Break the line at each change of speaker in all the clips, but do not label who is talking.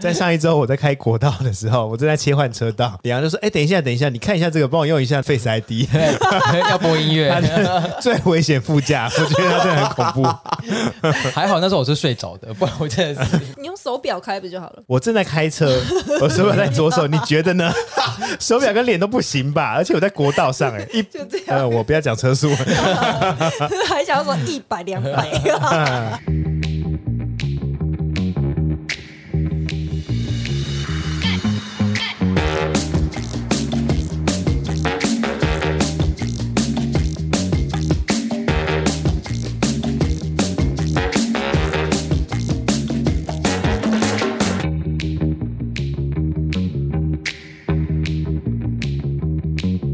在上一周我在开国道的时候，我正在切换车道，李阳就说：“哎、等一下，等一下，你看一下这个，帮我用一下 Face ID。”
要播音乐
他，的 最危险副驾，我觉得他真的很恐怖。
还好那时候我是睡着的，不然我真的 是
你用手表开不就好了？
我正在开车，我手表在左手，你觉得呢？ 手表跟脸都不行吧？而且我在国道上、哎，一
就这样，
呃，我不要讲车速，
还想要说一百两百。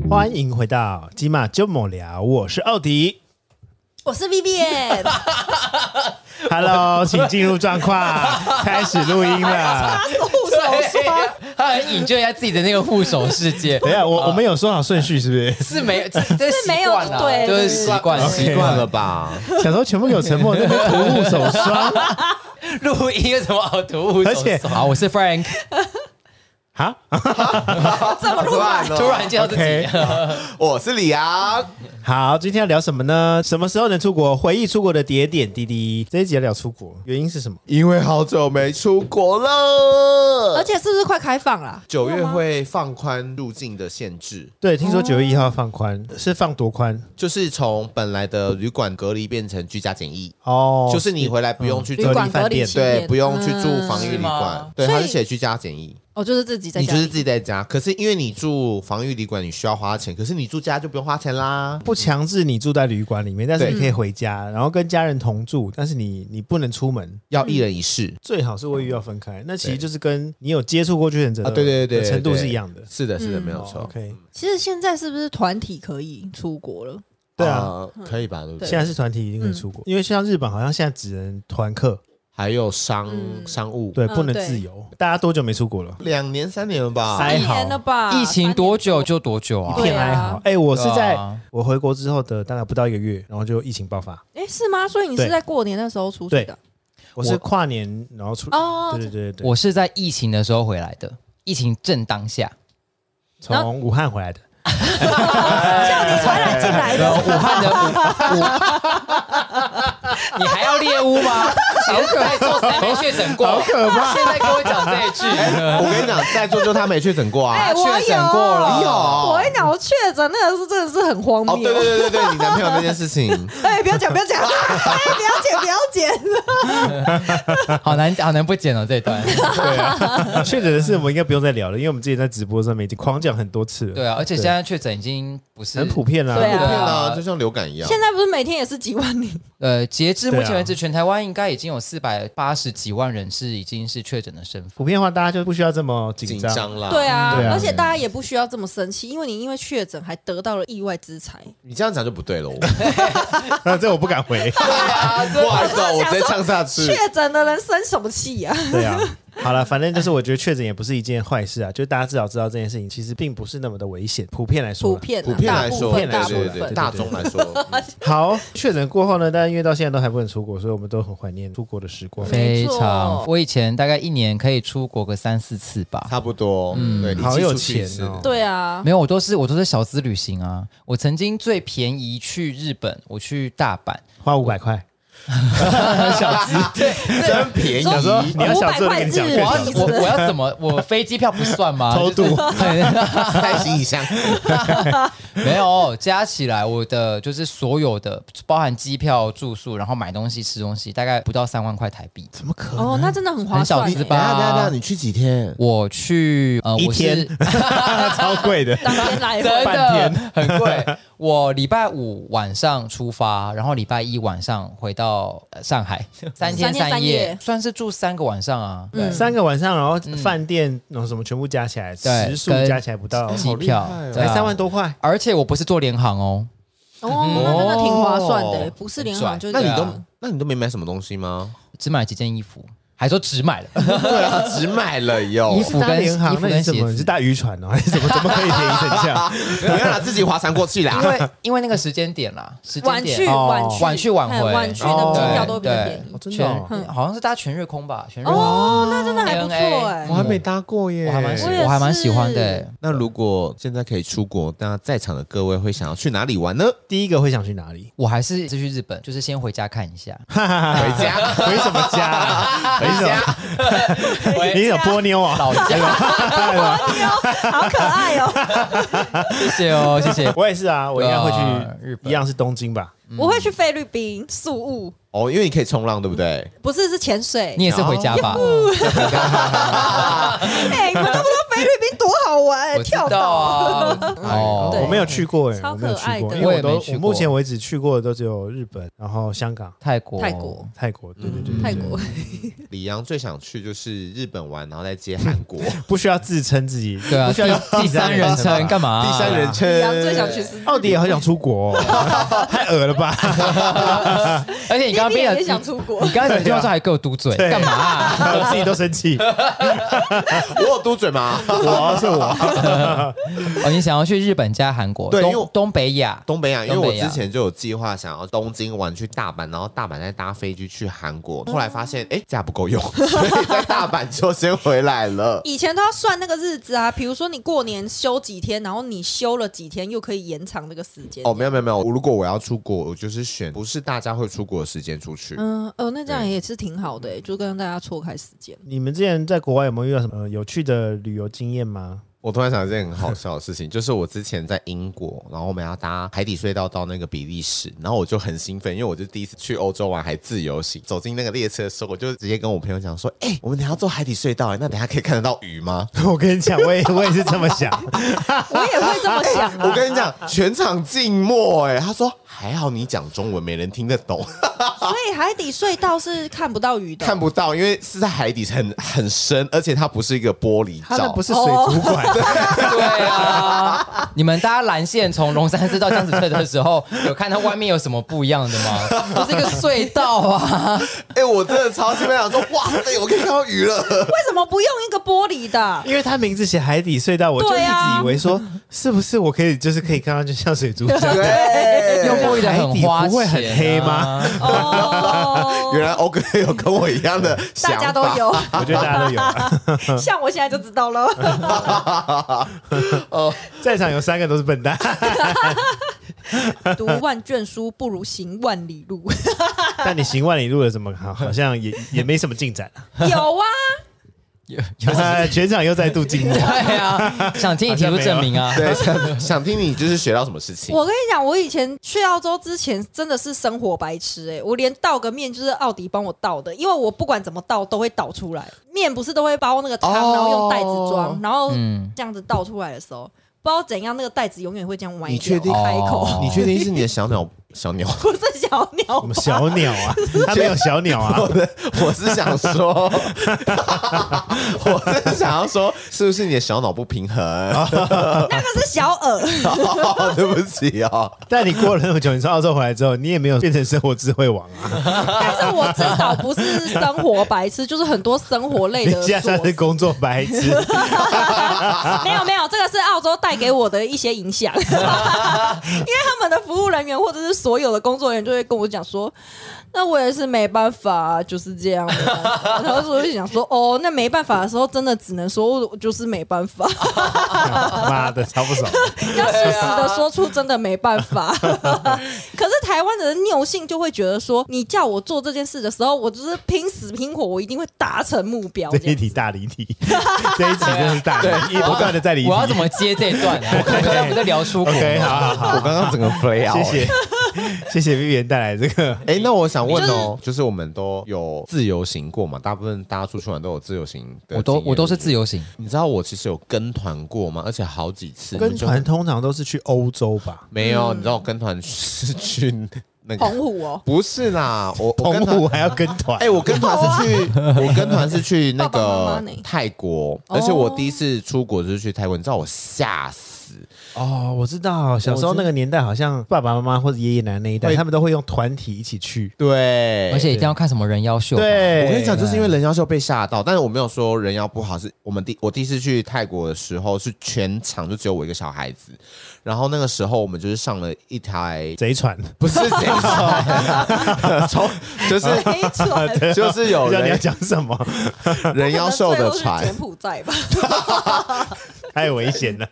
欢迎回到金马就某聊，我是奥迪。
我是 Vivian，
Hello，请进入状况，开始录音了。
护手
对
霜。
他很引咎一下自己的那个护手世 界
等。一下，我我们有说好顺序是不是？
是没，这是
没有
习惯啦啊
对
就是习惯了
OK
习惯 了吧？
想说全部给我沉默，那边涂护手霜
录音有什么好突兀？
而且
好，我是 Frank，
啊？
这么突然哦
突然见到自
OK
己，
我是李阳，
好，今天要聊什么呢？什么时候能出国？回忆出国的点点滴滴。这一集要聊出国，原因是什么？
因为好久没出国了，
而且是不是快开放了？
九月会放宽入境的限制，
对，听说九月一号放宽，是放多宽？
就是从本来的旅馆隔离变成居家检疫，
哦，
就是你回来不用去
隔
旅
住
离
馆
饭
隔离
店
期
对
间，嗯
不用去住防疫
是
旅
吗
馆，对，
所以
它是写居家检疫，
我哦就是自己在
你
家
就
里。
是自己在家。可是因为你住防疫旅馆，你需要花钱，可是你住家就不用花钱啦。
不强制你住在旅馆里面，但是
对
你可以回家，然后跟家人同住，但是你你不能出门。
要一人一室
最好是卫浴要分开，那其实
对
就是跟你有接触过确诊者
嗯啊，对对对，
的
对
嗯程度
对
是一样的。哦
是的，是的，
嗯
没有错。
OK，
其实现在是不是团体可以出国了？
对啊
呃，可以吧？对不对？
现在是团体一定可以出国，
嗯
因为像日本好像现在只能团客，
还有商
嗯
商务，
对，
嗯
不能
对
自由。大家多久没出国了？
两年三年了吧？
还
一
好
年了吧？
疫情多久就多久啊
一？片
对啊
哀嚎。哎、我是在、
对啊
我回国之后的大概不到一个月，然后就疫情爆发。
哎，是吗？所以你
对
是在过年的时候出去的？
我是跨年然后出，
哦
对，对对对，
我是在疫情的时候回来的，疫情正当下，
然后
从武汉回来的。
叫你传染进 来
然后
的。
武汉的武，武 你还要猎巫吗？好可怕！说谁没确诊过？好可怕！现在跟我讲这一 句，
我跟你讲，在座就他没确诊过 啊。
哎，我
确诊过了
有
我跟你讲，我确诊那个是真的是很荒
哦，
谬
对。对对对对，你男朋友那件事情，
哎，不要讲，不要讲，哎，不要剪，不要剪。
好难好难不剪哦这一段。
确诊的事我们应该不用再聊了，因为我们之前在直播上面已经狂讲很多次了。
对啊，而且现在确诊已经不是
很普遍啦、
对啊
骗啦，就像流感一样。
现在不是每天也是几万例？
呃，截至
对啊
目前为止，全台湾应该已经有四百八十几万人是已经是确诊的身份。
普遍化，大家就不需要这么紧
紧
张。
张啦，
对啊
对，啊
而且大家也不需要这么生气，因为你因为确诊还得到了意外之财。
你这样讲就不对 了。我
那 这我不敢回。
啊
不好意思，哦，我直接唱下去。
确诊的人生什么气呀？
对啊，好了，反正就是我觉得确诊也不是一件坏事啊，就大家至少知道这件事情其实并不是那么的危险，普遍来说啦。
普遍啊，
普遍来
大部
说，
分
对
大
对
部
对
分
对，大众来说， 嗯
好，确诊过后呢，但因为到现在都还不能出国，所以我们都很怀念出国的时光。
非
没错
常，我以前大概一年可以出国个三四次吧。
差不多。对，你
好有
寄出去
钱哦
是
对啊，
没有，我都是我都是小资旅行啊。我曾经最便宜去日本，我去大阪，
花五百块，
小资。对，
真便
你说
宜。啊
你要
五
小
百
资我
块
跟你
日
讲
我
更小
要我我要怎么？我飞机票不算吗？
偷渡
就是 对
三行以上，
没有，加起来我的就是所有的，包含机票、住宿，然后买东西、吃东西，大概不到三万块台币。
怎么可
哦，那真的很划
很小
算
资
欸。
吧
等一下等一下等一下，你去几天？
我去呃，
一
我
天
是
超贵的？
当天来
真
回，
的 很贵。我礼拜五晚上出发，然后礼拜一晚上回到呃上 海，三天
三天三
夜
夜，
算是住三个晚上啊。
嗯
三个晚上，然后饭店那种什么全部加起来，
对
食宿
跟
加起来不到
机票
好厉害哦
对
才
啊
三万多块，
而且我不是坐联航哦，
哦，那真的挺划算的欸，
哦
不是联航
很
就
赚
是
那你
对
都
啊
那你都没买什么东西吗？
只买几件衣服，还说只 买了，
对啊，只买了哟
衣服
搭
跟
联航
衣，服
那你
跟
怎
鞋
么你是
子。
搭渔船哦？还 是怎么怎么可以便宜成这 样？
不要拿自己划船过去啦
因。为因为那个时间点啦，时间
晚去
点
哦
晚去
晚去晚
哎
回，
晚去
哦
的机
对
票都会比较
对
便宜嗯
哦，真的
全
哦
好像是搭全日空吧，全日空。
哦，那真的还不错
ANA
哎。
嗯还没搭过耶，
我还蛮喜
我也是
我还蛮喜欢的欸。
那如果现在可以出国，那在场的各位会想要去哪里玩呢？
第一个会想去哪里？
我还是是去日本，就是先回家看一下。
回 家，
回什么家啊？回什么？你想波妞啊？
老家，
好可爱哦！
谢谢哦，谢谢。
我也是啊，我应该会去
对日本
一样是东京吧？
我会去菲律宾宿务，
哦，因为你可以冲浪，对不对？
不是是潜水
你。也是回家吧？
哎，你们都不知道菲律宾多好玩，
我知
跳
道
岛。
啊。
对
我
哦，
没有去过哎，
超
我没有去
可爱
过，
的
因为
我也
都
没去
我
过
目前为止去过的都只有日本，然后香港、
泰国，
泰国，
泰国，对对对，对
泰国，
李阳最想去就是日本玩，然后再接韩 国，
不需要自称自己，
对啊，
不需要
第第三人称干嘛？啊
第三人称
李阳最想去是
奥迪也好想出国、哦，太恶了吧？
而且你刚刚
弟弟
变
也
成
想出国
你，刚才讲句话的时候还给我嘟嘴，
对
干嘛啊？
我自己都生气，
我有嘟嘴 吗？
我啊是我，
哦，你想要去日本加韩国，
对因为
东
我
东北亚，
东北啊亚，因为
东
我
北亚
之前就有计划想要东京玩去大阪，然后大阪再搭飞机去韩国，后来发现哎假不够用， 所以在大阪就先回来了。
以前都要算那个日子啊，比如说你过年休几天，然后你休了几天，又可以延长那个时间。
哦，没有没有没有，如果我要出国，我就是选不是大家会出国的时间出去。
嗯，哦，那这样也是挺好的欸，就跟大家错开时间。
你们之前在国外有没有遇到什么呃有趣的旅游经验吗？
我突然想到一件很好笑的事情， 就是我之前在英国，然后我们要搭海底隧道到那个比利时，然后我就很兴奋，因为我就第一次去欧洲玩，还自由行。走进那个列车的时候，我就直接跟我朋友讲说：“哎、我们等一下要坐海底隧道、哎，那等一下可以看得到鱼吗
我跟你讲，我也我也是这么想，
我也会这么想？”
我跟你讲，全场静默、哎，他说：“还好你讲中文，没人听得懂，
所以海底隧道是看不到鱼的，
看不到，因为是在海底很很深，而且它不是一个玻璃
他那
罩，
不是水族馆，
对啊，你们搭蓝线从龙山寺到江子翠的时候，有看到外面有什么不一样的吗？ 不是一个隧道啊，
哎、我真的超兴奋，想说：哇塞，我可以看到鱼了。”
为什么不用一个玻 璃的？
因为他名字写海底隧道，我就一
对啊
直以为说是不是我可以就是可以看到就像水 族馆，
对
用玻璃的很花
海底不会
钱，啊
很黑吗？
哦
原来欧哥 有跟我一样的想
大
法，
家都有，
我觉得大家都有啊，
像我现在就知道了。
哦
在场有三个都是笨蛋，
读万卷书不如行万里 路。
但你行万里路了，怎么好好像也也没什么进展啊？
有啊，
有有
哎 全场又再度静默。
对啊，想听你提出证明啊。
对，想想听你就是学到什么事情。
我跟你讲，我以前去澳洲之前真的是生活白痴哎、我连倒个面就是奥迪帮我倒的，因为我不管怎么倒都会倒出来。面不是都会包那个汤，
哦
然后用袋子装，然后
嗯
这样子倒出来的时候，不知道怎样那个袋子永远会这样歪
你
掉
确定
开口，
哦
你确定是你的小鸟小鸟？
不是小鸟
我
吧
们？小鸟啊，他没有小鸟啊
我，的我是想说， 我是想要说，是不是你的小脑不平衡？
那个是小耳，
对不起哦，
但你过了那么久，你从澳洲回来之后，你也没有变成生活智慧王啊，
但是我至少不是生活白痴，就是很多生活类
你
的
现在
琐
算是工作白痴。
没有没有，这个是澳洲带给我的一些影响， 因为他们的服务人员或者是所有的工作人员就会跟我讲说，那我也是没办法、就是这样。没办法然后我就想说，哦，那没办法的时候，真的只能说我就是没办法，
妈的，超不爽！
要适时的说出真的没办法。 可是台湾人的拗性就会觉得说，你叫我做这件事的时候，我就是拼死拼活，我一定会达成目标
这
这
一
样子。
题大离题，这一集真是大离题，不断的在离题。
我要怎么接这一段啊？我 刚刚不在聊出国吗
OK，好好好，
我刚刚整个 play
谢
啊，
谢。谢谢 Vivian 带来这个，
哎、那我想问哦，就是我们都有自由行过嘛？大部分大家出去玩都有自由行的
我都
经验
我都是自。由行，
你知道我其实有跟团过吗？而且好几次
跟
就
团通常都是去欧洲吧，
没有，你知道我跟团是去那个
嗯澎湖 哦，
不是啦，我我
澎
跟
湖
团。
还要跟团。
哎、我跟团是 去，
啊
我跟团是去那
爸爸妈妈
个
呢
泰国，
哦
而且我第一次出国就是去泰国，你知道我吓死。死。
哦，我知道，小时候那个年代，好像爸爸妈妈或者爷爷奶奶那一代，
会
他们都会用团体一起去。
对，
而且一定要看什么人妖秀。，
对，啊
我跟你讲，就是因为人妖秀被吓到，但是我没有说人妖不好，是我们第我第一次去泰国的时候，是全场就只有我一个小孩子，然后那个时候我们就是上了一台，
贼船，
不是这种， 从就是
没错，
就是有
不知道你 要
人
讲什么，
人妖秀
可能最
的
后是
船
柬，埔寨吧，
太危险了。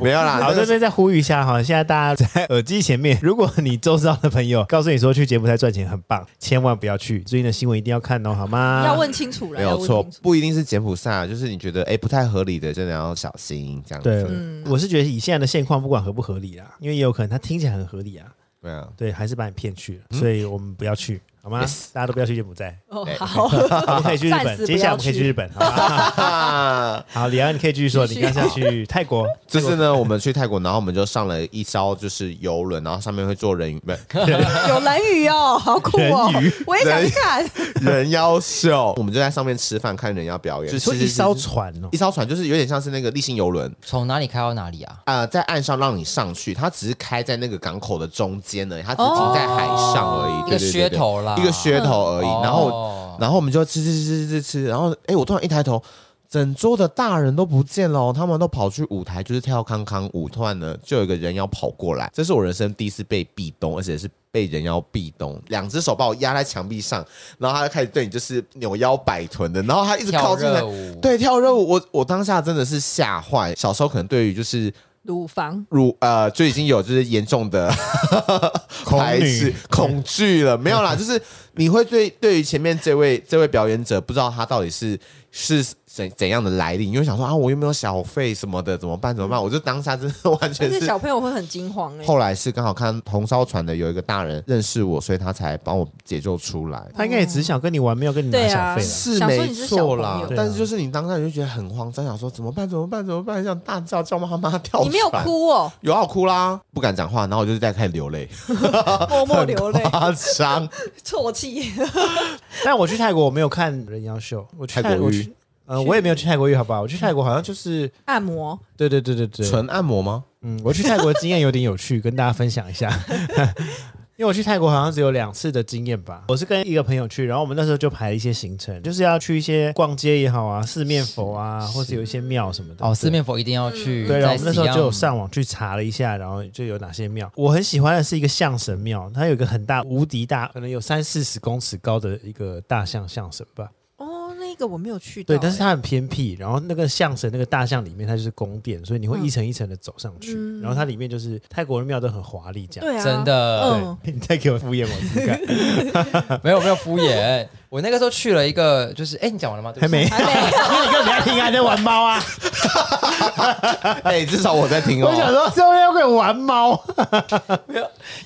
没有
啊
啦，
好，
那
这
个
边再呼吁一下哈，现在大家在耳机前面，如 果你周遭的朋友告诉你说去柬埔寨赚钱很棒，千万不要去。最近的新闻一定要看哦，好吗？
要问清楚了，
没有
要
错
问清，楚
不一定是柬埔寨，就是你觉得哎、不太合理的，真的要小心这样
对
子。，
嗯
我是觉得以现在的现况，不管合不合理啦，因为也有可能它听起来很合理
嗯
啊，
对啊，
对，还是把你骗去了，所以我们不要去，好吗？大家都不要去柬埔 寨，
哦
对，
好，
我们可以去日
暂时
本，
不
接下来
要
我们可以
去
去日本，好吗？
啊
好，李安，你可以继续说，
继
你
续
刚才去泰 国，
这次
泰
呢，我们去泰国，然后我们就上了一艘就是游轮，然后上面会坐人鱼，不是
有蓝鱼哦，好酷哦
人鱼，
我也想去看，
人妖秀，我们就在上面吃饭看人妖表
国
演。
只说
吃吃
一艘
吃
船哦
一，艘船就是有点像是那个立信游轮，
从哪里开到哪里啊？
呃，在岸上让你上去，它只是开在那个港口的中间而已，它只停在海上而已，
哦一个
对对对
噱头啦，
一个噱头而已。然后，
哦
然后我们就吃吃吃吃吃吃，然后哎，我突然一抬头。整桌的大人都不见了哦，他们都跑去舞台，就是跳康康舞。突然呢，就有一个人妖跑过来，这是我人生第一次被壁咚，而且是被人妖壁咚，两只手把我压在墙壁上，然后他就开始对你就是扭腰摆臀的，然后他一直
跳
靠近来
热，舞，
对，跳热舞，我我当下真的是吓坏。小时候可能对于就是
乳房。
乳呃就已经有就是严重 的
恐
排斥
女
恐惧了，没有 啦，就是你会对对于前面这位这位表演者不知道他到底是是怎怎样的来历，你会想说啊我又没有小费什么的，怎么办怎么办？我就当下真的完
而
全
且
是。
小朋友会很惊慌哎、
后来是刚好看红烧船的有一个大人认识我，所以他才帮我解救出来。
他应该也只想跟你玩，没有跟你拿
对
小
啊
费了。
是
想说
没
你是小
错
朋
啦
友，
对啊
但是就是你当下你就觉得很慌张，想说怎么办？怎么办？怎么办？想大叫叫妈妈跳。
你没有？哭 哦，
有啊，我哭啦，不敢讲话，然后我就在开始流泪，，
默默 流泪
夸张。
啜泣。
但我去泰国，我没有看人妖秀，我去
泰国
我
浴
去，呃，我也没有去泰国浴，好不好？我去泰国好像就是，
按摩，
对对对对对，
纯按摩吗？
嗯，我去泰国的经验有点有趣，跟大家分享一下。 因为我去泰国好像只有两次的经验吧，我是跟一个朋友去，然后我们那时候就排了一些行程，就是要去一些逛街也好啊，四面佛啊，或是有一些庙什么的。
哦，四面佛一定要去。
对，然后
在
我们那时候
Siam
就有上网去查了一下，然后就有哪些庙。我很喜欢的是一个象神庙，它有一个很大、无敌大，可能有三四十公尺高的一个大象象神吧。
哦，那个我没有去到、
对，但是
欸
它很偏僻。然后那个象神那个大象里面，它就是宫殿，所以你会一层一层的走上去。
嗯
然后它里面就是泰国的庙都很华丽，这样。
对啊，
真的
嗯，
你再给我敷衍我自感，
没有没有敷衍。我那个时候去了一个，就是哎，你讲完了吗？对 不
还
起
没，因为 你根本没在听，还在玩猫啊！
哎，至少我在听
我想
哦。
说，这边要给我玩猫，
因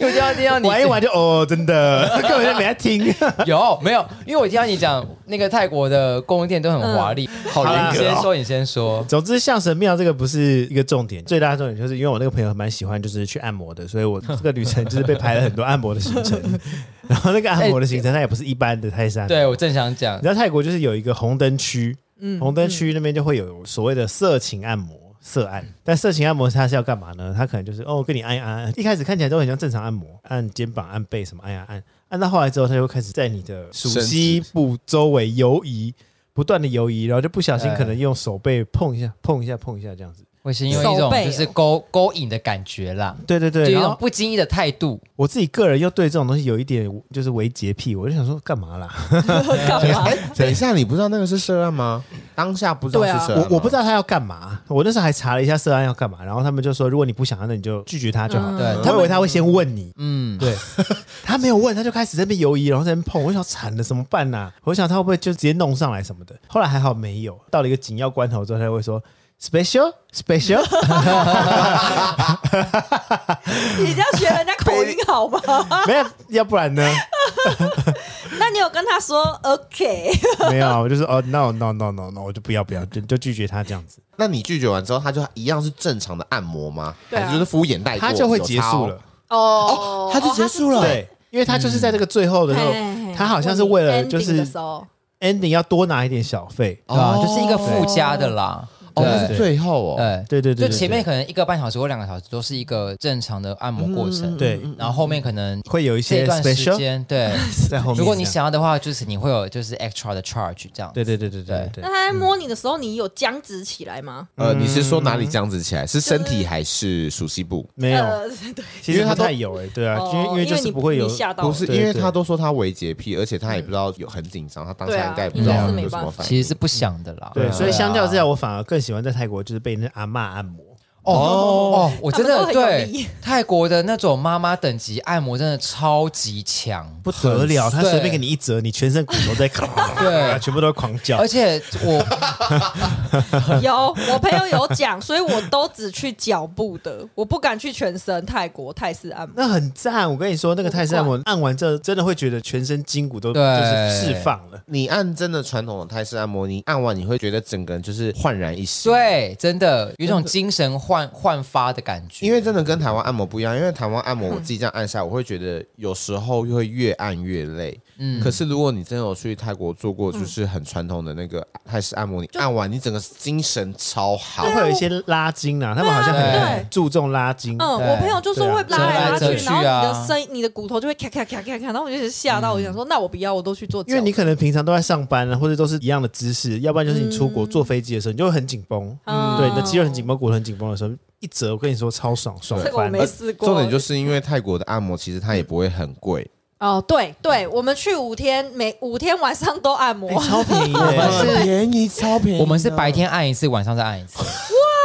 为我一定要听到你
玩一玩就哦，真的根本就没在听。
有没有？因为我听到你讲那个泰国的宫殿都很华丽，好
严
你
格哦
先说，你先说。
总之，象神庙这个不是一个重点，最大的重点就是因为我那个朋友蛮喜欢就是去按摩的，所以我这个旅程就是被排了很多按摩的行 程。然后那个按摩
哎
的行程，它也不是一般的泰山。啊
对，我正想讲
你知，道泰国就是有一个红灯区，红灯区那边就会有所谓的色情按摩。色按，但色情按摩它是要干嘛呢？它可能就是哦，跟你按一按按，一开始看起来都很像正常按摩，按肩膀、按背什么，按呀按，按到后来之后，它就会开始在你的熟悉部周围游移，不断的游移，然后就不小心
哎
可能用手背碰一下、碰一下、碰一下这样子。
会是因为一
手
种
背
就
哦
是勾勾引的感觉啦，
对对
就
对，
一
然
种
后
不经意的态度。
我自己个人又对这种东西有一点就是为洁癖，我就想说干嘛啦？
干 嘛？
哎，等一下，你不知道那个是涉案吗？当下不知道
对啊
是涉案吗
我我不知道他要干嘛，我那时候还查了一下涉案要干嘛，然后他们就说，如果你不想要，那你就拒绝他就好。
嗯
对
他以为他会先问你，
嗯，
对他没有问，他就开始在那边游移，然后在那边碰，我想惨了怎么办呐、啊我想他会不会就直接弄上来什么的？后来还好没有，到了一个紧要关头之后，他就会说 special special，
你这样学人家口音好吗？
没有，要不然呢？
那你有跟他说 OK？
没有，我就说哦 no no no no no，我就不要不要，就就拒绝他这样子，
那你拒绝完之后，他就一样是正常的按摩吗？
对啊
还是就是敷衍带过，
他就会
有
结
差哦
束了。。
哦
他就结束了
哦
对，因为他就是在这个最后的时候，他好像是为了就
嗯哎 ending 的
是
时候
ending 要多拿一点小费。
对吧？
哦
就是一个附加的啦，
哦，
对
那是最后哦，
对
对
对对，
就
对
前面可能一个半小时或两个小时都是一个正常的按摩过程，
嗯对
然后后面可能
会有一
这
些
段时
special
间，对，
在后面。
如果你，想要的话，就是你会有就是 extra 的 charge 这样，
对对对对对对
那，他在摸你的时候，你有僵直起来吗？
呃，你是说哪里这样子起来？是身体还是熟悉部？
没有，
呃，对，
其实
因为他
不
都
太有哎，对啊，因为
哦
因为就是
你
不会有
你吓到
不
了，
是，
对
因为
对
他都说他为洁癖，而且他也不知道有很紧张，他当
对
下
啊
应该也不知道
应该是
有
没
什
办
么
法
反应。
其实是不想的啦。
对，所以
啊
相较之下，我反而更喜欢在泰国就是被那阿嬷按摩。
哦哦，我真
他
的
们都很有
对
力
泰国的那种妈妈等级按摩真的超级 强，
不得了，他
对
随便给你一折，你全身骨 头在
对
全部都狂叫
而。且我
有我朋友有讲，所以我都只去脚部的，我不敢去全身泰国泰式按摩。
那很赞，我跟你说，那个泰式按摩按完之后，真的会觉得全身筋骨都就
对
是释放了。
你按真的传统的泰式按摩，你按完你会觉得整个人就是焕然一新。，
对真的有一种精神焕焕发的感觉，
因为真的跟台湾按摩不一样，因为台湾按摩我自己这样按
嗯
下来，我会觉得有时候会越按越累。嗯，可是如果你真的有去泰国做过，就是很传统的那个泰式按摩，你按完你整个精神超好
都。
啊
会有一些拉筋啊，他们好像
对
很注重拉筋。
嗯，
对
我朋友就说会拉来
对啊
拉去，
折来折去
然后你
啊
的声、你的骨头就会咔咔咔咔咔，然后我就吓到，我想说，那我不要，我都去做脚。
因为你可能平常都在上班啊，或者都是一样的姿势，要不然就是你出国坐飞机的时候，你就会很紧绷，
嗯
对，你的肌肉很紧绷，骨头很紧绷的时候，一折，我跟你说超爽，爽
这个我
翻
没
了。
试过。
重点就是因为泰国的按摩其实它也不会很贵，
哦，对对，我们去五天，每五天晚上都按摩，
哎超便宜的，
是
便宜啊超便
我们是白天按一次，晚上再按一次。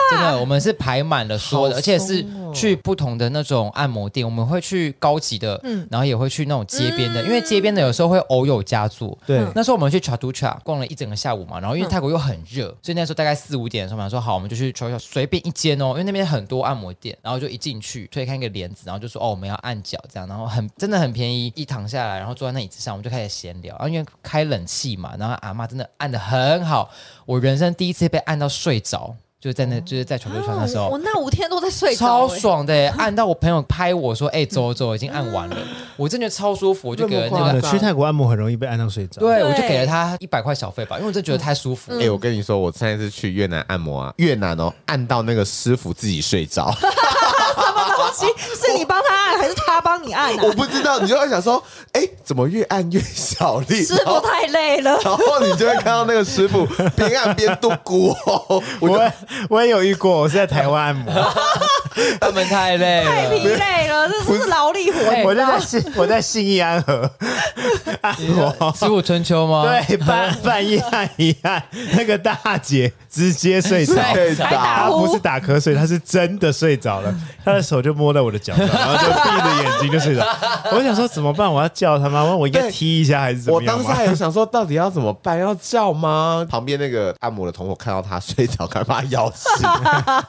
真的，我们是排满了所有的，
哦
而且是去不同的那种按摩店，我们会去高级的，
嗯
然后也会去那种街边的，因为街边的有时候会偶有佳作。
对
嗯
那时候我们去 c h a d u c h a 逛了一整个下午嘛，然后因为泰国又很热，所以那时候大概四五点的时候，我们想说好，我们就去 c h a d u c h a 随便一间哦，因为那边很多按摩店，然后就一进去推开一个帘子，然后就说哦我们要按脚这样，然后很真的很便宜，一躺下来，然后坐在那椅子上，我们就开始闲聊，然后因为开冷气嘛，然后阿妈真的按的很好，我人生第一次被按到睡着，就是在那就是在 c h a d u c h a 那时
我
候
我。那五天都在睡着、
超
欸
爽的、按到我朋友拍我说：“哎、走走，已经按完了。”我真的觉得超舒服，我就给了那
那
个
么
对去泰国按摩很容易被按到睡着。
对，
对
我就给了他一百块小费吧，因为我真的觉得太舒服
嗯
了。
哎、我跟你说，我上一次去越南按摩啊，越南哦，按到那个师傅自己 睡着，
东西是你帮他按还是他帮你按啊？
我不知道，你就会想说，哎、怎么越按越小 力？
师傅太累了，
然后然后你就会看到那个师傅边按边嘟咕、 哦，
我
我就
也我也有遇过，我是在台湾按摩，
他们太累
太疲
了，
累了，这是劳力活。
哎
我就在信我在信义安和按摩，
十五春秋
哦
吗？
对，半半夜按一按，那个大姐直接睡着，
睡
还
着
打。
她不是打瞌睡，她是真的睡着了，她的手就摸到我的脚上，然后就闭着眼睛就睡着。我想说怎么办？我要叫她吗？我应该踢一下还是怎
我
么样
当
吗
下？也想说，到底要怎么办？要叫吗？ 旁边那个按摩的同伙看到他睡着，赶快把他摇醒。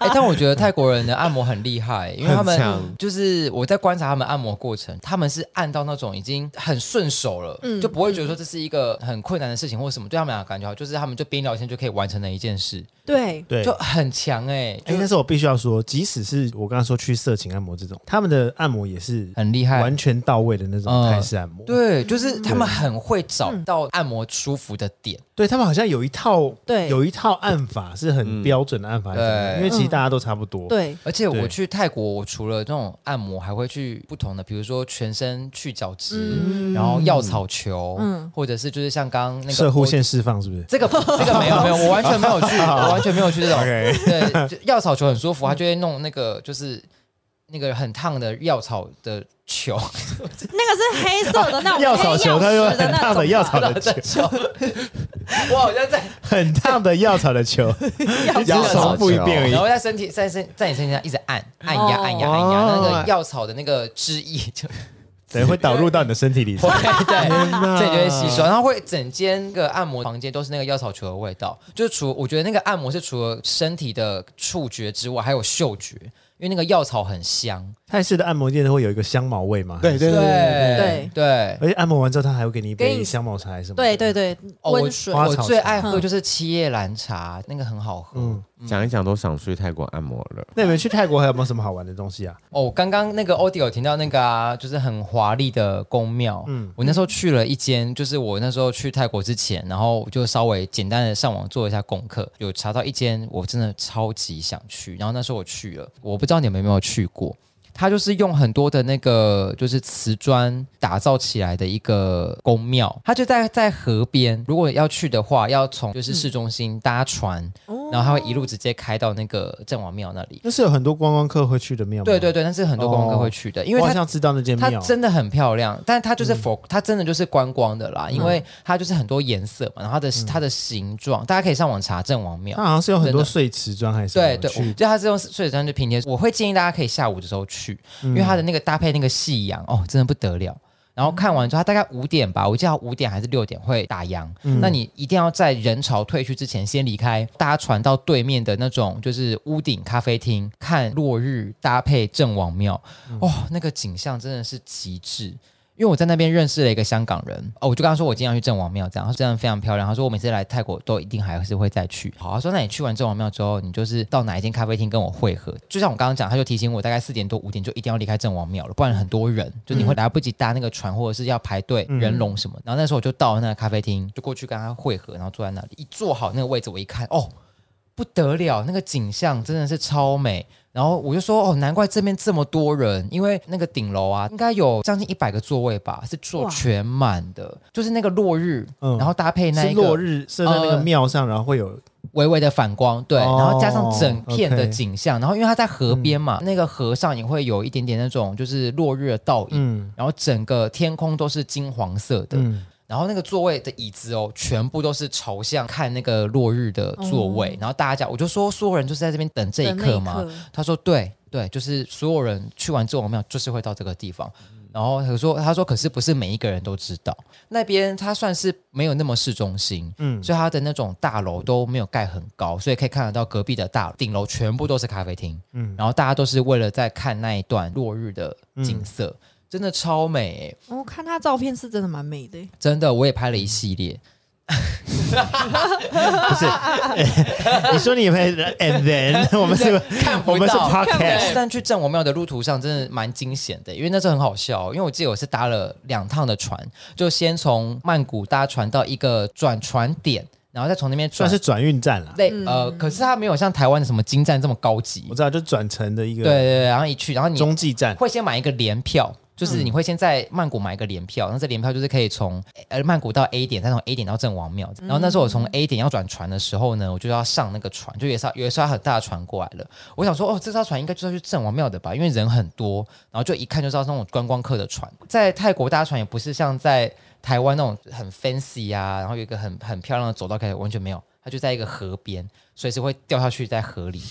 哎、但我觉得泰国人的按摩很厉害，因为他
很强
们就是我在观察他们按摩过程，他们是按到那种已经很顺手了，就不会觉得说这是一个很困难的事情或什么，对他们俩感觉好，就是他们就边聊天就可以完成的一件事，
对，
对
就。很强哎、
哎，
就
但是我必须要说，即使是我刚刚说去色情按摩这种，他们的按摩也是
很厉害
完全到位的那种
嗯
泰式按摩。
对，就是他们很会找到按摩舒服的点，
对他们好像有一套，
对
有一套按法是很标准的按法，还是怎么样
对
因为其实大家都差不多。
对，
而且我
对
去泰国，我除了这种按摩，还会去不同的，比如说全身去角质，然后药草球，
嗯
或者是就是像刚刚那个
射护
欧
线释放是不是？
这个不这个没有没有，我完全没有去， 我完全没有去这种。
OK
对，就药草球很舒服，他就会弄那个就是那个很烫的药草的球，
那个是黑色的那种
药草 球，
黑
它
曜
有
石的
很
那
烫的
种
药草的球，
球。 我好像在
很烫的药草的 球，
药
只是重复一遍而已
然。后在身体在身在你身体上一直按按压
哦
按压按压，那个药草的那个汁液就
对，会导入到你的身体 里。
会对，这里就会吸收，然后会整间个按摩房间都是那个药草球的味道。就是除我觉得那个按摩是除了身体的触觉之外，还有嗅觉，因为那个药草很香。
泰式的按摩店会有一个香茅味嘛？
对对对
对对。
而且按摩完之后，他还会给你一
给
杯
你
香茅茶还是什么？
对对对，
哦
温水嗯
花
我
草
最
茶
爱喝就是七叶兰茶，那个很好喝。
嗯
讲一讲都想去泰国按摩了。
那你们去泰国还有没有什么好玩的东西啊？
哦，刚刚那个欧迪有提到那个啊，就是很华丽的宫庙。嗯，我那时候去了一间，就是我那时候去泰国之前，然后我就稍微简单的上网做一下功课，有查到一间我真的超级想去，然后那时候我去了，我不知道你们有没有去过。它就是用很多的那个就是瓷砖打造起来的一个宫庙，它就在在河边。如果要去的话，要从就是市中心搭船，然后它会一路直接开到那个郑王庙那里。
那是有很多观光客会去的庙吗？
对对对，但是很多观光客会去的，因为
我好
它
像知道那间
它
庙，
真的很漂亮，但它就是否、它真的就是观光的啦，因为它就是很多颜色嘛，然后它的、它的形状，大家可以上网查郑王庙
它。好像是有很
真
多
的
碎瓷砖还是什么
对对，我
去
就它是用碎纸砖去拼贴，我会建议大家可以下午的时候去，因为它的那个搭配那个夕阳，哦，真的不得了。然后看完之后，它大概五点吧，我记得五点还是六点会打烊。那你一定要在人潮退去之前先离开，搭船到对面的那种就是屋顶咖啡厅看落日，搭配郑王庙，哇、哦，那个景象真的是极致。因为我在那边认识了一个香港人，哦，我就跟他说我今天要去郑王庙，这样，他说真的非常漂亮。他说我每次来泰国都一定还是会再去。好，他说那你去完郑王庙之后，你就是到哪一间咖啡厅跟我会合。就像我刚刚讲，他就提醒我大概四点多五点就一定要离开郑王庙了，不然很多人就你会来不及搭那个船或者是要排队人龙什么。然后那时候我就到了那个咖啡厅，就过去跟他会合，然后坐在那里一坐好那个位置，我一看哦。不得了，那个景象真的是超美。然后我就说，哦，难怪这边这么多人，因为那个顶楼啊，应该有将近一百个座位吧，是坐
哇
全满的，就是那个落日，
嗯
然后搭配那
是
一个
落日射在那个
呃
庙上，然后会有
微微的反光，对，
哦
然后加上整片的
OK 嗯
景象，然后因为它在河边嘛，那个河上也会有一点点那种就是落日的倒影，
嗯
然后整个天空都是金黄色的，
嗯
然后那个座位的椅子哦，全部都是朝向看那个落日的座位，
哦
然后大家讲，我就说所有人就是在这边等这一刻
的那
嘛
一刻。
他说对对，就是所有人去完这王庙就是会到这个地方。然后他说他说可是不是每一个人都知道，那边它算是没有那么市中心，
嗯，
所以它的那种大楼都没有盖很高，所以可以看得到隔壁的大顶楼全部都是咖啡厅，
嗯
嗯，然后大家都是为了在看那一段落日的景色，真的超美欸、
我哦看他照片是真的蛮 美的、
真的我也拍了一系列，
不是？你说你们 and then 我们是
看
我
不
们是
到。对
podcast，
但去郑王庙的路途上真的蛮惊险的，因为那时候很好笑哦、因为我记得我是搭了两趟的船，就先从曼谷搭船到一个转船点，然后再从那边
算
转
是转运站了。
类、呃，可是它没有像台湾的什么金站这么高级，
我知道，就转乘的一
对对
个
对，然后一去，然后你
中继站，
会先买一个联票，就是你会先在曼谷买一个联票，那这联票就是可以从呃曼谷到 A 点，再从 A 点到郑王庙。然后那时候我从 A 点要转船的时候呢，我就要上那个船，就也是有一艘很大的船过来了。我想说，哦，这艘船应该就是要去郑王庙的吧，因为人很多，然后就一看就知道是那种观光客的船。在泰国搭船也不是像在台湾那种很 fancy 啊，然后有一个很很漂亮的走道，可以完全没有，它就在一个河边，随时会掉下去在河里。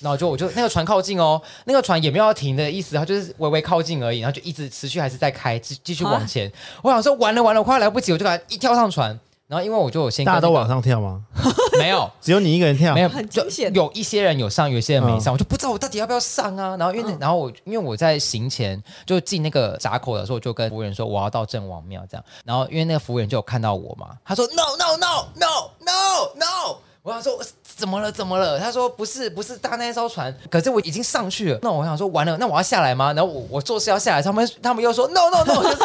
然后就我就那个船靠近哦，那个船也没有要停的意思，它就是微微靠近而已，然后就一直持续还是在开，继继续往前。
啊
我想说完了完了，我快来不及，我就赶快一跳上船。然后因为我就有先跟
大家都
那个
往上跳吗？
没有，
只有你一个人跳
没？有，
很
就
惊险嗯
有一些人有上，有一些人没上，我就不知道我到底要不要上啊。然后因为那、然后我因为我在行前就进那个闸口的时候，我就跟服务员说我要到郑王庙这样。然后因为那个服务员就有看到我嘛，他说 no no no no no no。我想说我怎么了怎么了？他说不是不是搭那一艘船，可是我已经上去了。那我想说完了，那我要下来吗？然后我我做事要下来，他们他们又说 no no no，就是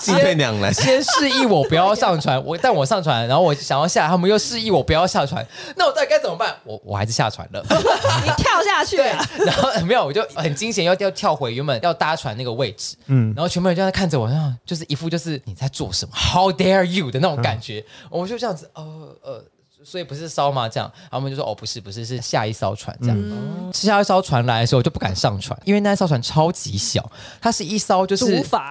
进退两难，
先示意我不要上船， 我但我上船，然后我想要下来，他们又示意我不要下船，那我到底该怎么办？我我还是下船了。
你跳下去啊
对啊
了，，
啊
然后没有，我就很惊险，要要跳回原本要搭船那个位置，
嗯
然后全部人就在看着我，然后就是一副就是你在做什么，How dare you 的
嗯
那种感觉，我就这样子，呃呃。所以不是烧嘛，这样，然后他们就说哦，不是，不是，是下一艘船这样。
嗯
哦下一艘船来的时候，我就不敢上船，因为那一艘船超级小，它是一艘 就是
竹筏，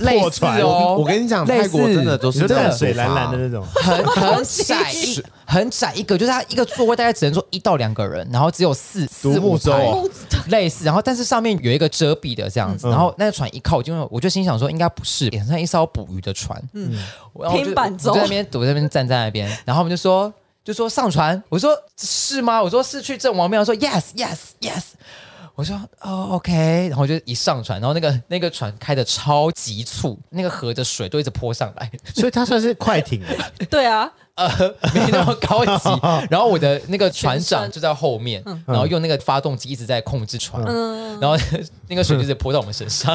类
破
似
船
哦，
我跟你讲，泰国
类似
真的都
你
是
说
这样
淡
子
水蓝蓝
法
的那 种，
很很
西
窄一，很窄一个，就是它一个座位大概只能坐一到两个人，然后只有四
独
四
木
五
舟
排
哦
类似，然后但是上面有一个遮蔽的这样子，
嗯
然后那个船一靠，我就我就心想说应该不是，也像一艘捕鱼的船，嗯，然后我就
平板舟
我在那边躲在那边站在那边，然后我们就说就说上船，我说是吗？我说是去郑王庙，说 yes yes yes。我说哦，OK，然后就一上船，然后那个那个船开的超急促，那个河的水都一直泼上来，
所以它算是快艇。
对啊，
呃没那么高级。然后我的那个船长就在后面，然后用那个发动机一直在控制船，
嗯
然后那个水就直接泼到我们身上。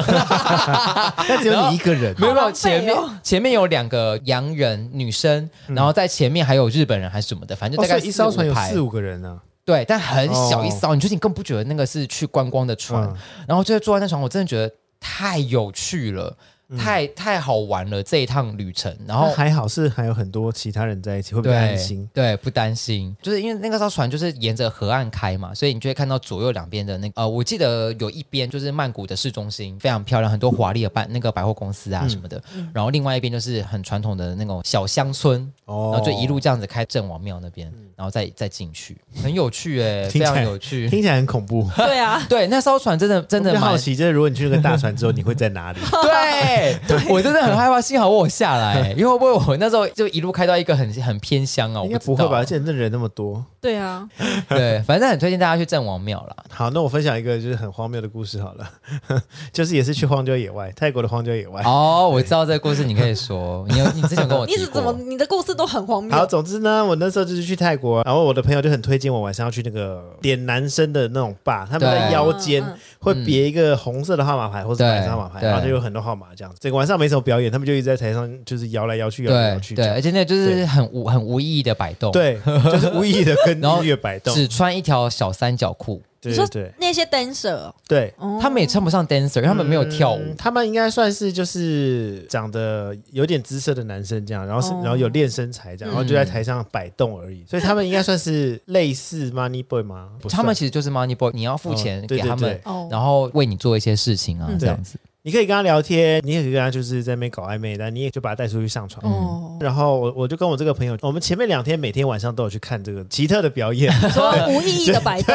但只有你一个人，
没有没有，
浪费
前面
哦
前面有两个洋人女生，然后在前面还有日本人还是什么的，反正
嗯哦
就大
所
概
以一
四
艘
五
船有
排
四五个人啊呢。
对，但很小一
哦
艘，你就是你更不觉得那个是去观光的船，
嗯
然后就在坐在那船，我真的觉得太有趣了，
嗯
太太好玩了这一趟旅程。然后
那还好是还有很多其他人在一起，会不会
对
担心？
对，不担心，就是因为那个艘船就是沿着河岸开嘛，所以你就会看到左右两边的那个呃，我记得有一边就是曼谷的市中心，非常漂亮，很多华丽的办那个百货公司
嗯
啊什么的，然后另外一边就是很传统的那种小乡村。
哦嗯
然后就一路这样子开郑王庙那边，然后再再进去，很有趣哎、
听起
非
来
常有趣。
听起来很恐怖。
对啊，
对，那艘船真的真
我
的
比较好
蛮
奇，就是如果你去那个大船之后，你会在哪 里？
对，我真的很害怕，幸好我有下来，因为会不会我那时候就一路开到一个很很偏乡哦，我
应该不
不知
会
道
吧？而？且那人那么多。
对啊，
对，反正很推荐大家去郑王庙啦。
好，那我分享一个就是很荒谬的故事好了， 就是也是去荒郊野外，泰国的荒郊野外。
哦，我知道这个故事，你可以 说，你有你之前跟我
你
提
是
过
怎么你的故事都很荒
好，
谬，
总之呢，我那时候就是去泰国，啊然后我的朋友就很推荐我晚上要去那个点男生的那种吧，他们在
对
腰间
嗯嗯
会别一个红色的号码牌或者
对
白色号码牌，
对
然后就有很多号码这样子。整个晚上没什么表演，他们就一直在台上就是摇来摇去，摇来摇
对
去这
对，
样
而。且那就是
对
很无很无意义的摆动，，
对， 就是无意义的跟
然后
音乐摆动。
只穿一条小三角裤，
对
你说
对对
那些 dancer 哦
对，
哦
他们也称不上 dancer，因为他们没有跳舞
嗯，他们应该算是就是长得有点姿色的男生这样，然后是、
哦
然后有练身材这样，然后就在
嗯
台上摆动而已，所以他们应该算是类似 Money Boy 吗？不算
他们其实就是 money boy，你要付钱
哦对
给他
对对，
们
哦
然后为你做一些事情啊，
嗯
这样子。
你可以跟他聊天，你也可以跟他就是在那边搞暧昧，但你也就把他带出去上床。
哦，
嗯
然后我我就跟我这个朋友，我们前面两天每天晚上都有去看这个奇特的表 演，
你说无意义的摆动，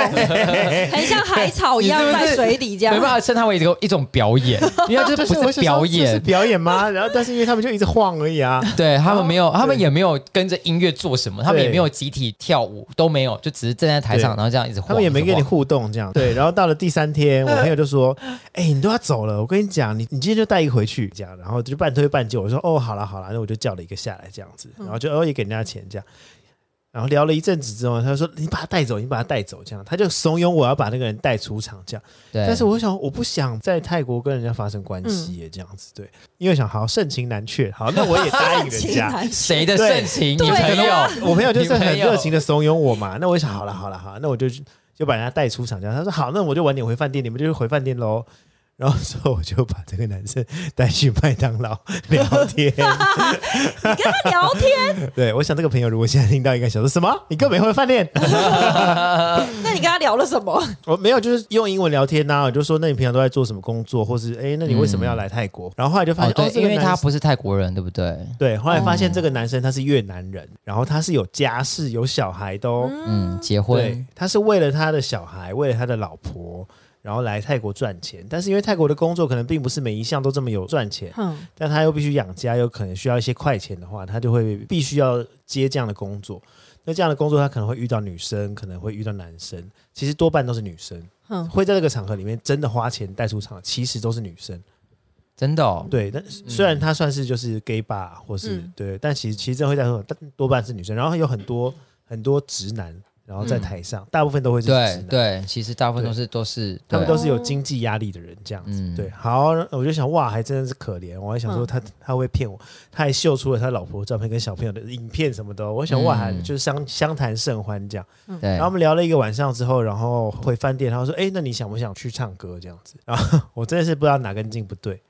很像海草一样
你是不是
在水里这样
没。办法称它为一个一种表演， 因为它就是
我
不
想说
是表
这是
演，
表演吗？然后但是因为他们就一直晃而已啊，
对他们没有，他们也没有跟着音乐做什么，他们也
对
没有集体跳舞，都没有，就只是站在台上，
对
然后这样一直晃。
他们也没跟
一
你
直晃
互动这 样。对，然后到了第三天，我朋友就说：“哎、你都要走了，我跟你讲，你你今天就带一个回去这样。”然后就半推半就，我说：“哦，好啦好啦，那我就叫了一个下来这样子，
嗯
然后就哦也给人家钱这样。”然后聊了一阵子之后，他就说：“你把他带走，你把他带走。”这样，他就怂恿我要把那个人带出场这样。
对，
但是我想，我不想在泰国跟人家发生关系耶，这样子对，因为想好盛情难却，好，那我也答 应人
情
家。
难
谁的
对
盛情？
对
女朋友
啊，
我朋友就是
女
很
朋友
热情的怂恿我嘛，那我就想好了好了好啦，那我就就把人家带出场这样。他说好，那我就晚点回饭店，你们就回饭店喽。然后之后我就把这个男生带去麦当劳聊 天。
你跟他聊天，
对，我想这个朋友如果现在听到，应该想说什么？你根本没回饭店？
那你跟他聊了什么？
我没有，就是用英文聊天呐、我就说，那你平常都在做什么工作，或是哎，那你为什么要来泰国？然后后来就发
嗯哦
现，哦，
对，
这
因
个
为
男
他
生
不是泰国人，对不对？
对，后来发现这个男生他是越南人，然后他是有家室、有小孩的哦。
嗯，结
对
婚，
他是为了他的小孩，为了他的老婆，然后来泰国赚钱。但是因为泰国的工作可能并不是每一项都这么有赚 钱，
哼，
但他又必须养家，又可能需要一些快钱的话，他就会必须要接这样的工作。那这样的工作，他可能会遇到女生，可能会遇到男生，其实多半都是女生。
嗯
会在这个场合里面真的花钱带出场，其实都是女生。
真的哦。
对，但虽然他算是就是 gay 吧，或是、
嗯
对，但其实其实真的会带出场，但多半是女生。然后有很多很多直男，然后在台上，大部分都会是直
嗯对
男。
对，其实大部分都是都是
他们
对
都是有经济压力的人，这样子。
嗯
对，好，我就想，哇，还真的是可怜。我还想说他、他会骗我，他还秀出了他老婆的照片跟小朋友的影片什么的哦。我想，哇，
嗯
还就是相相谈甚欢这样。
对
然后我们聊了一个晚上之后，然后回饭店，他说，哎、那你想不想去唱歌这样子？然后 我真的是不知道哪根筋不对。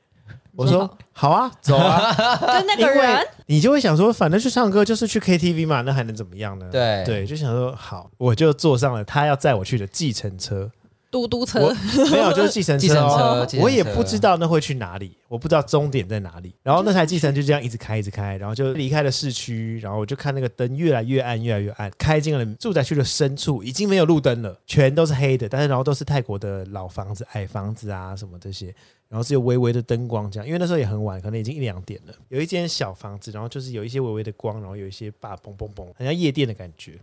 我说好啊，走啊，
跟那
因
个
为
人，
你就会想说，反正去唱歌就是去 KTV 嘛，那还能怎么样呢？
对
对，就想说好，我就坐上了他要载我去的计程车。
嘟嘟车
我，没有，就是计程
计
车
程
哦
车，计程
我也
车
不知道那会去哪里，我不知道终点在哪里。然后那台计程就这样一直开，一直开，然后就离开了市区，然后我就看那个灯越来越暗，越来越暗，开进了住宅区的深处，已经没有路灯了，全都是黑的，但是然后都是泰国的老房子、矮房子啊什么这些。然后只有微微的灯光这样，因为那时候也很晚，可能已经一两点了。有一间小房子，然后就是有一些微微的光，然后有一些吧嘣嘣嘣，很像夜店的感觉。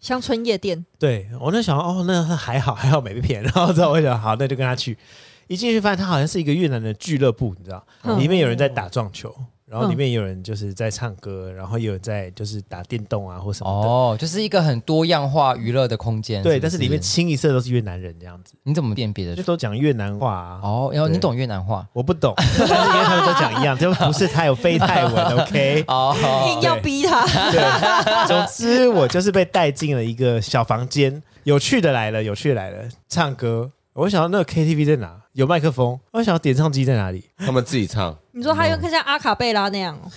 乡村夜店，
对我那想哦，那还好，还好没被骗。然后之后我想，好，那就跟他去。一进去发现他好像是一个越南的俱乐部，你知道，
嗯
里面有人在打撞球，然后里面有人就是在唱歌，然后也有在就是打电动啊或什么的。
哦，就是一个很多样化娱乐的空间。
对，
不
但是里面清一色都是越南人这样子，
你怎么辨别
就
的出？
都讲越南话啊。
哦，然后你
对
懂越南话
我不懂， 但是因为他们都讲一样，就不是太有非泰文，OK？
哦
硬要逼他，
对，总之我就是被带进了一个小房间，有趣的来了，有趣的来了，唱歌。我想到那个 KTV 在哪？有麦克风，我想到点唱机在哪里？
他们自己唱，
你说他又像阿卡贝拉那样哦，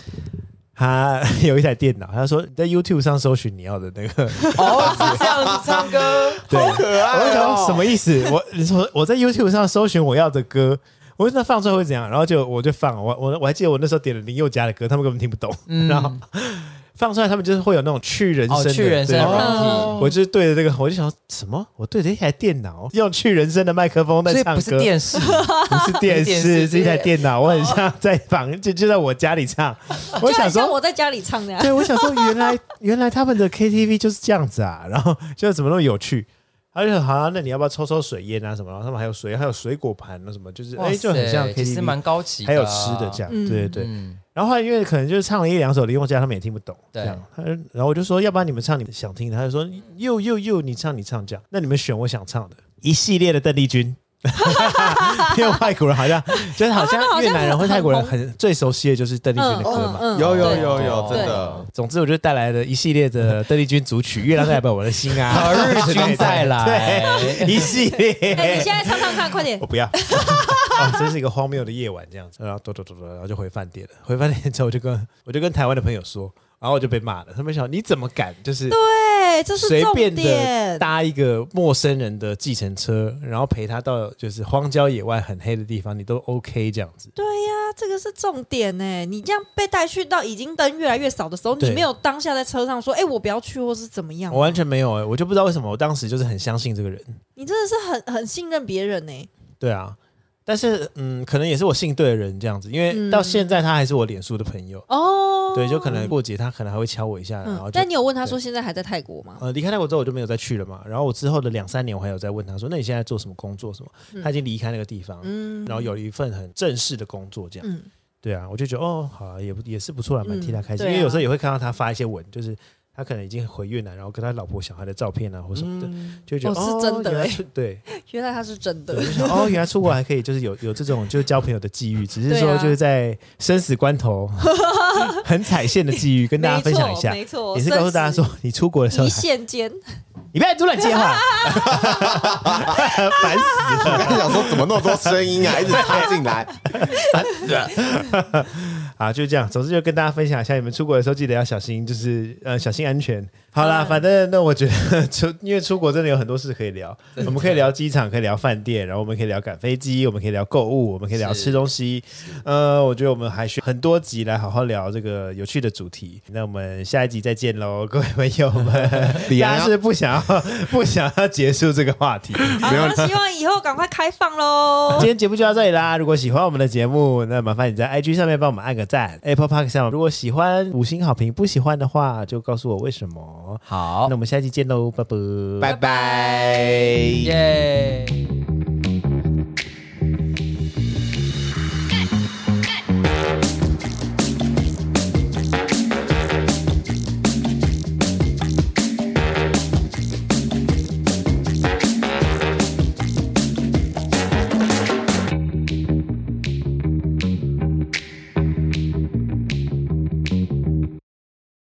他 有一台电脑，他说你在 YouTube 上搜寻你要的那个，
哦，是这样子唱 歌
对，
可爱哦
我就想说什么意思？我你说我在 YouTube 上搜寻我要的歌，我那放出来会怎样？然后就我就放，我我我还记得我那时候点了林宥嘉的歌，他们根本听不懂，然后放出来，他们就是会有那种去人声
哦，
的，
去人声
对
的
哦
软体。
我就是对着这个，我就想说什么？我对着一台电脑用去人声的麦克风在
所以
唱歌，
不是电视，
不是电
不是电视哦
视，是一台电脑。我很像在房，就就在我家里 唱。我
就
想
很像
说，
我在家里唱那样。
对，我想说，原来原来他们的 KTV 就是这样子啊， 然后就怎么那么有趣。他就说好、啊，那你要不要抽抽水烟啊什么？然后他们还有水，还有水果盘啊什么，就是 哎，就很像
哇塞其实
KTV，
蛮高级，啊
还有吃的这。样，
嗯
对对对。
嗯，
然后后来因为可能就是唱了一两首林宥嘉，他们也听不懂，
对
这样。他就然后我就说，要不然你们唱你们想听的，他就说又又又你唱你唱这样，那你们选我想唱的，一系列的邓丽君。因为外国人好像就是好
哦他们好
像
像
越南人或
很
泰国人
很
很最熟悉的就是邓丽君的歌嘛。
嗯
有有
对
有有，
对
真的。
总之，我就带来了一系列的邓丽君组曲，《月亮代表我的心》啊，
好日君再来
对，对一系
哎，你
列
现。在唱唱看，快点
我！不要，哦，真是一个荒谬的夜晚这样子。然后走走走走，然后就回饭店了。回饭店之后，我就跟我就跟台湾的朋友说，然后我就被骂了。他们想你怎么敢就是
对，这是
随
重
便的
点。
搭一个陌生人的计程车，然后陪他到就是荒郊野外很黑的地方，你都 OK 这样子。
对呀、这个是重点呢。你这样被带去到已经灯越来越少的时候，
对
你没有当下在车上说：“哎、我不要去，或是怎么样
我完全没有哎、我就不知道为什么我当时就是很相信这个人。？”
你真的是很很信任别人欸呢。
对啊，但是嗯，可能也是我信对的人这样子，因为
嗯
到现在他还是我脸书的朋友。
哦，
对，就可能过节他可能还会敲我一下，然后
嗯，
就
但你有问他说现在还在泰国吗？
呃，离开泰国之后我就没有再去了嘛。然后我之后的两三年，我还有在问他说：“那你现在做什么工作？什么？”他已经离开那个地方，
嗯
然后有一份很正式的工作，这样。
嗯，
对啊，我就觉得哦，好、啊，也不也是不错啦，蛮替他开心。
嗯对啊
因为有时候也会看到他发一些文，就是他可能已经回越南，然后跟他老婆小孩的照片啊或什么的，就会觉得、
哦是真的
原来
欸
出对，
原来他是真的
我。就想哦，原来出国还可以，就是有有这种就是交朋友的际遇，只是
对
说
啊
就是在生死关 头很踩线的际遇，跟大家分享一下。
没错，
也是告诉大家说，你出国的时候
一，线间，
你不要突然接话， 烦死了。
我刚才想说怎么那么多声音啊，一直插进 来。
啊，就是这样。总之就跟大家分享一下，你们出国的时候记得要小心，就是呃小心安全。好啦，反正那我觉得出，因为出国真的有很多事可以聊，我们可以聊机场，可以聊饭店，然后我们可以聊赶飞机，我们可以聊购物，我们可以聊
是
吃东西。呃，我觉得我们还需很多集来好好聊这个有趣的主题。那我们下一集再见喽，各位朋友们。
李
大
阳
家
要
是不想要不想要结束这个话题。
好，希望以后赶快开放喽
今。天节目就到这里啦！如果喜欢我们的节目，那麻烦你在 IG 上面帮我们按个赞，Apple Park 上如果喜欢五星好评，不喜欢的话就告诉我为什么。
好
那我，们下期见喽，拜拜。
拜拜。
耶。